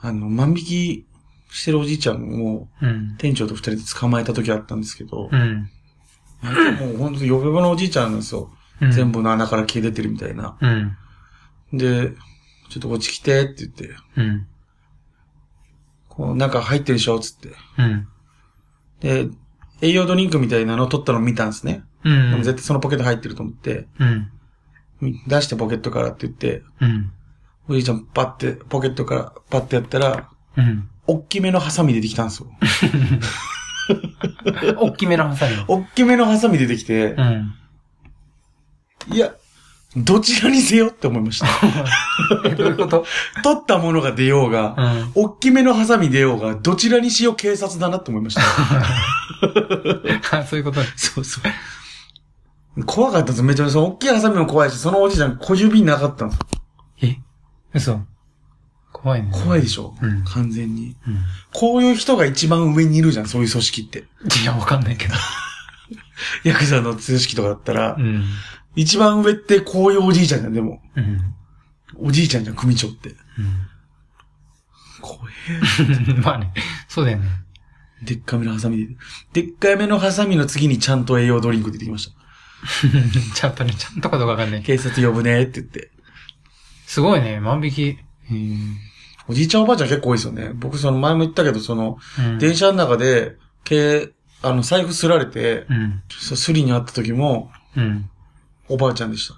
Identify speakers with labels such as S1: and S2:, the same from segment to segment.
S1: あの、万引きしてるおじいちゃんを
S2: うん。
S1: 店長と二人で捕まえた時あったんですけど、
S2: うん。
S1: なんかもう本当にヨボヨボのおじいちゃんなんですよ。
S2: うん
S1: 全。部の穴から消え出てるみたいな。
S2: うん。
S1: で、ちょっとこっち来てって言って、
S2: うん。
S1: こう中入ってるでしょっつって。
S2: うん。
S1: で、栄養ドリンクみたいなのを取ったの見たんですね。
S2: う
S1: でも
S2: ん。
S1: 絶対そのポケット入ってると思って、
S2: うん。
S1: み出してポケットからって言って、
S2: うん。
S1: おじいちゃんパッて、ポケットからパッてやったら、
S2: うん。
S1: おっきめのハサミ出てきたんですよ。
S2: 大きめのハサミ。
S1: おっきめのハサミ出てきて
S2: う、ん。
S1: いや、どちらにせよって思いました。
S2: えどういうこと
S1: 取ったものが出よう
S2: う
S1: が、
S2: ん。
S1: おっきめのハサミ出ようが、どちらにしよう警察だなって思いました。
S2: あ そういうことね
S1: そうそう。怖かったんですめちゃめちゃ。その大きいハサミも怖いし、そのおじいちゃん小指なかったんです
S2: え嘘。怖いね。
S1: 怖いでしょ、
S2: うん
S1: 完全に。
S2: うん。
S1: こういう人が一番上にいるじゃん、そういう組織って。
S2: いや、わかんないけど。
S1: ヤクザの組織とかだったら、
S2: うん。
S1: 一番上ってこういうおじいちゃんじゃん、でも。
S2: うん。
S1: おじいちゃんじゃん、組長って。怖え。
S2: うん。まあね。そうだよね。
S1: でっかめのハサミで。でっかめのハサミの次にちゃんと栄養ドリンク出てきました。
S2: ちゃんとね、ちゃんとかどうかわかんないけど。
S1: 警察呼ぶねって言って。
S2: すごいね、万引き。
S1: おじいちゃんおばあちゃん結構多いですよね。僕その前も言ったけど、その、
S2: うん。
S1: 電車の中で、けあの、財布すられて、
S2: うん。
S1: そうスリに会った時も、
S2: うん。
S1: おばあちゃんでした。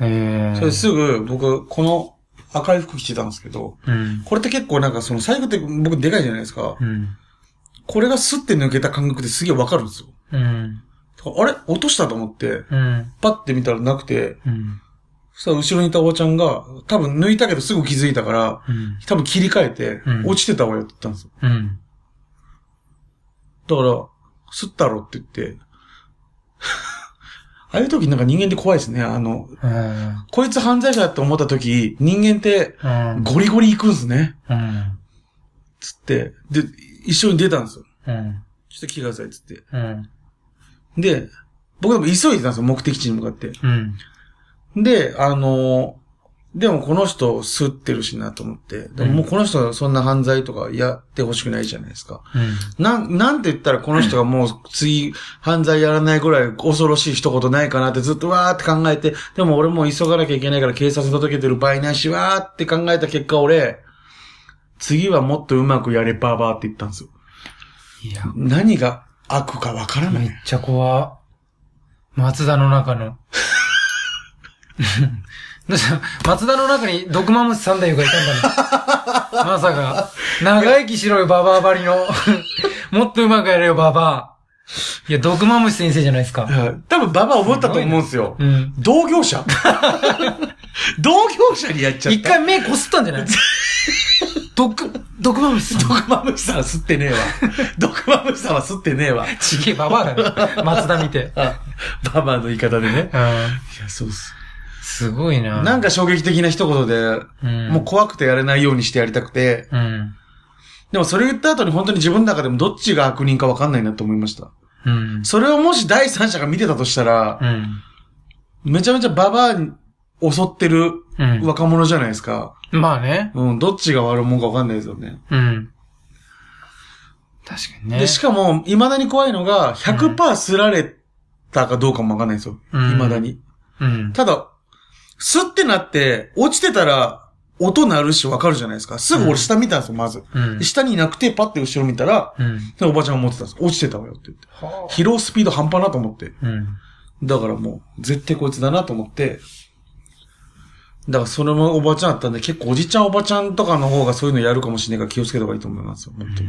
S2: えー。
S1: それすぐ、僕、この赤い服着てたんですけど、
S2: うん。
S1: これって結構なんかその財布って僕でかいじゃないですか。
S2: うん。
S1: これがスッて抜けた感覚ですげえわかるんですよ。
S2: うん。
S1: だからあれ落としたと思って、
S2: うん。
S1: パッて見たらなくて、
S2: うん。
S1: そしたら後ろにいたおばちゃんが、多分抜いたけどすぐ気づいたから、
S2: うん。
S1: 多分切り替えて
S2: う、ん
S1: 落ちてたわよって言ったんですよ。
S2: うん。
S1: だから、吸ったろって言って、 ああいう時なんか人間って怖いですね。あの、
S2: うん。
S1: こいつ犯罪者だって思った時、人間って
S2: うん。
S1: ゴリゴリ行くんですね。
S2: うん。
S1: つって、で、一緒に出たんですよ。
S2: うん。
S1: ちょっと来てください、つって。
S2: うん。
S1: で、僕でも急いでたんですよ、目的地に向かって。
S2: うん。
S1: で、あのーでもこの人吸ってるしなと思って。でももうこの人そんな犯罪とかやってほしくないじゃないですか。なん、なんて言ったらこの人が もう次犯罪やらないぐらい恐ろしい一言ないかなってずっとわーって考えて、でも俺もう急がなきゃいけないから警察に届けてる場合ないし、わーって考えた結果俺、次はもっとうまくやればばーって言ったんですよ。
S2: いや、
S1: 何が悪かわからな
S2: めっ
S1: い。
S2: ちゃ怖。松田の中の。どうした松田の中に毒マムシ三太夫がいたんだね。まさか。長生きしろよ、ババアばりの。もっとうまくやれよ、ババア。いや、毒マムシ先生じゃないですか。
S1: はい多分ババア思ったと思うんですよ。
S2: うん。
S1: 同業者 同業者にやっちゃった。
S2: 一回目こすったんじゃない毒、毒マムシ。
S1: 毒まぶしさんは吸ってねえわ。 毒まぶしさんは吸ってねえわ。
S2: ちげえ、ババアだね。松田見て。
S1: あ、ババアの言い方でね。
S2: うん。
S1: いや、そうっす。
S2: すごいな。
S1: なんか衝撃的な一言で、
S2: うん、
S1: もう怖くてやれないようにしてやりたくて、
S2: うん。
S1: でもそれ言った後に本当に自分の中でもどっちが悪人かわかんないなと思いました。
S2: うん。
S1: それをもし第三者が見てたとしたら
S2: う、ん。
S1: めちゃめちゃババアに襲ってる
S2: うん。
S1: 若者じゃないですか。
S2: まあね。
S1: うん、どっちが悪者かわかんないですよね。
S2: うん。確かにね。
S1: で、しかも、未だに怖いのが、100%すられたかどうかもわかんないですよ。
S2: うん
S1: 未だに。
S2: うん。
S1: ただ、すってなって、落ちてたら、音鳴るしわかるじゃないですか。すぐ俺下見たんですよ、まず。
S2: うん
S1: で。下にいなくて、パッて後ろ見たら、
S2: うん。
S1: でおばちゃんが持ってたんです。落ちてたわよって言って。疲労スピード半端なと思って。
S2: うん。
S1: だからもう、絶対こいつだなと思って。だからそれもおばちゃんだったんで、結構おじちゃんおばちゃんとかの方がそういうのやるかもしれないから気をつけた方がいいと思いますよ、本当に。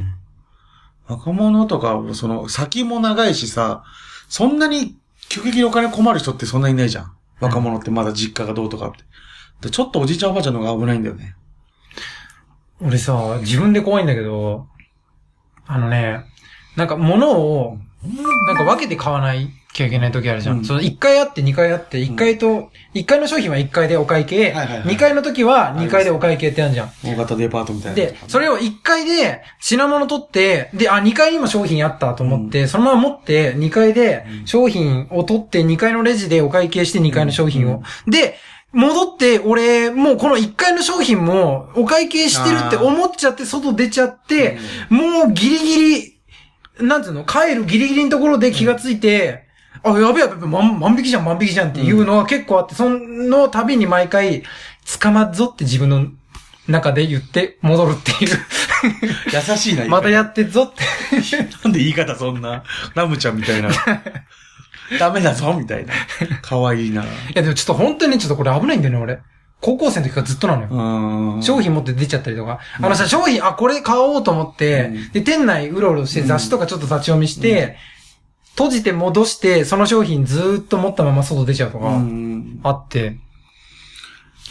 S1: 若者とか、その、先も長いしさ、そんなに急激にお金困る人ってそんなにいないじゃん。若者ってまだ実家がどうとかって。でちょっとおじいちゃんおばあちゃんの方が危ないんだよね。
S2: 俺さ、自分で怖いんだけど、あのね、なんか物を、なんか分けて買わないきゃいけない時あるじゃん。
S1: うん
S2: その1回あって2回あって、1回と、一1回の商品は1回でお会計、
S1: はいはいはい
S2: 2回の時は2回でお会計ってあるじゃん。
S1: 大型デパートみたいな。
S2: で、それを1階で品物取って、で、あ、2階にも商品あったと思って、そのまま持って、2階で商品を取って、2階のレジでお会計して2階の商品を。で、戻って、俺、もうこの1階の商品も、お会計してるって思っちゃって、外出ちゃって、もうギリギリ、なんていうの、帰るギリギリのところで気がついて、あ、やべやべ、万万引きじゃん、万引きじゃんっていうのは結構あって、その度に毎回、捕まっぞって自分の中で言って戻るっていう。
S1: 優しいな、
S2: また
S1: や
S2: やってっぞって。
S1: なんで言い方そんな、ラムちゃんみ たいな。ダメだぞ、みたいな。かわいいな。
S2: いやでもちょっと本当にちょっとこれ危ないんだよね、俺。高校生の時からずっとなのよ。
S1: うん。
S2: 商品持って出ちゃったりとか。あのさ、商品、あ、これ買おうと思って、
S1: うん
S2: で、店内うろうろして雑誌とかちょっと立ち読みして、閉じて戻して、その商品ずーっと持ったまま外出ちゃうとか、
S1: うん
S2: あって。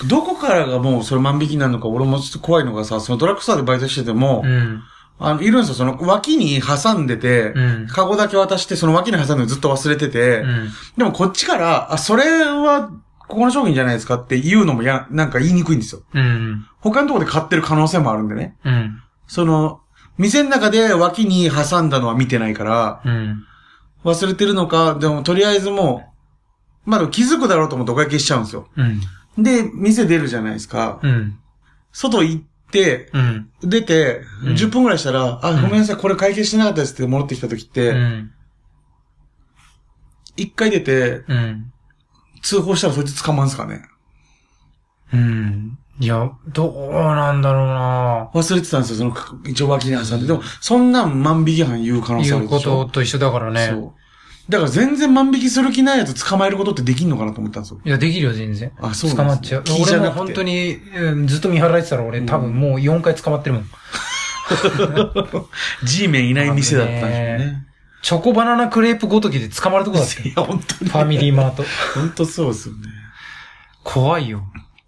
S1: どこからがもうそれ万引きなのか、俺もちょっと怖いのがさ、そのドラッグストアでバイトしてても、
S2: うん。
S1: あの、いるんですよ、その脇に挟んでて、
S2: うん
S1: カゴだけ渡して、その脇に挟んでずっと忘れてて、
S2: うん。
S1: でもこっちから、あ、それは、ここの商品じゃないですかって言うのもや、なんか言いにくいんですよ。
S2: うん。
S1: 他のところで買ってる可能性もあるんでね。
S2: うん。
S1: その、店の中で脇に挟んだのは見てないから、
S2: うん。
S1: 忘れてるのか、でもとりあえずもう、まだ気づくだろうと思ってお会計しちゃうんですよ。
S2: うん。
S1: で、店出るじゃないですか。
S2: うん。
S1: 外行って、
S2: うん。
S1: 出て、
S2: うん
S1: 10分くらいしたら、あ、ごめんなさい、これ会計してなかったですって戻ってきた時っ
S2: う
S1: て、
S2: ん。
S1: 一回出て、
S2: うん。
S1: 通報したらそいつ捕まんすかね。
S2: うん。いや、どうなんだろうな
S1: 忘れてたんですよ、その、か一応脇に挟んで。でも、そんなん万引き犯言う可能性あ
S2: 言
S1: る
S2: う
S1: で
S2: こ
S1: しょ
S2: とと一緒だからね。
S1: そう。だから全然万引きする気ないやつ捕まえることってできんのかなと思ったんですよ。
S2: いや、できるよ、全然。
S1: あそう
S2: 捕
S1: なん
S2: まっ
S1: で
S2: ち
S1: す
S2: ゃ
S1: ね
S2: う。
S1: 気じ
S2: 俺
S1: ゃな
S2: も
S1: くて
S2: 本当に、うんずっと見張られてたら俺、多分もう4回捕まってるもん。
S1: G メンいない店だったんですよね。
S2: チョコバナナクレープごとき で捕まるとこだって。
S1: いや、本当に。
S2: ファミリーマート。
S1: 本当そうですよね。
S2: 怖いよ。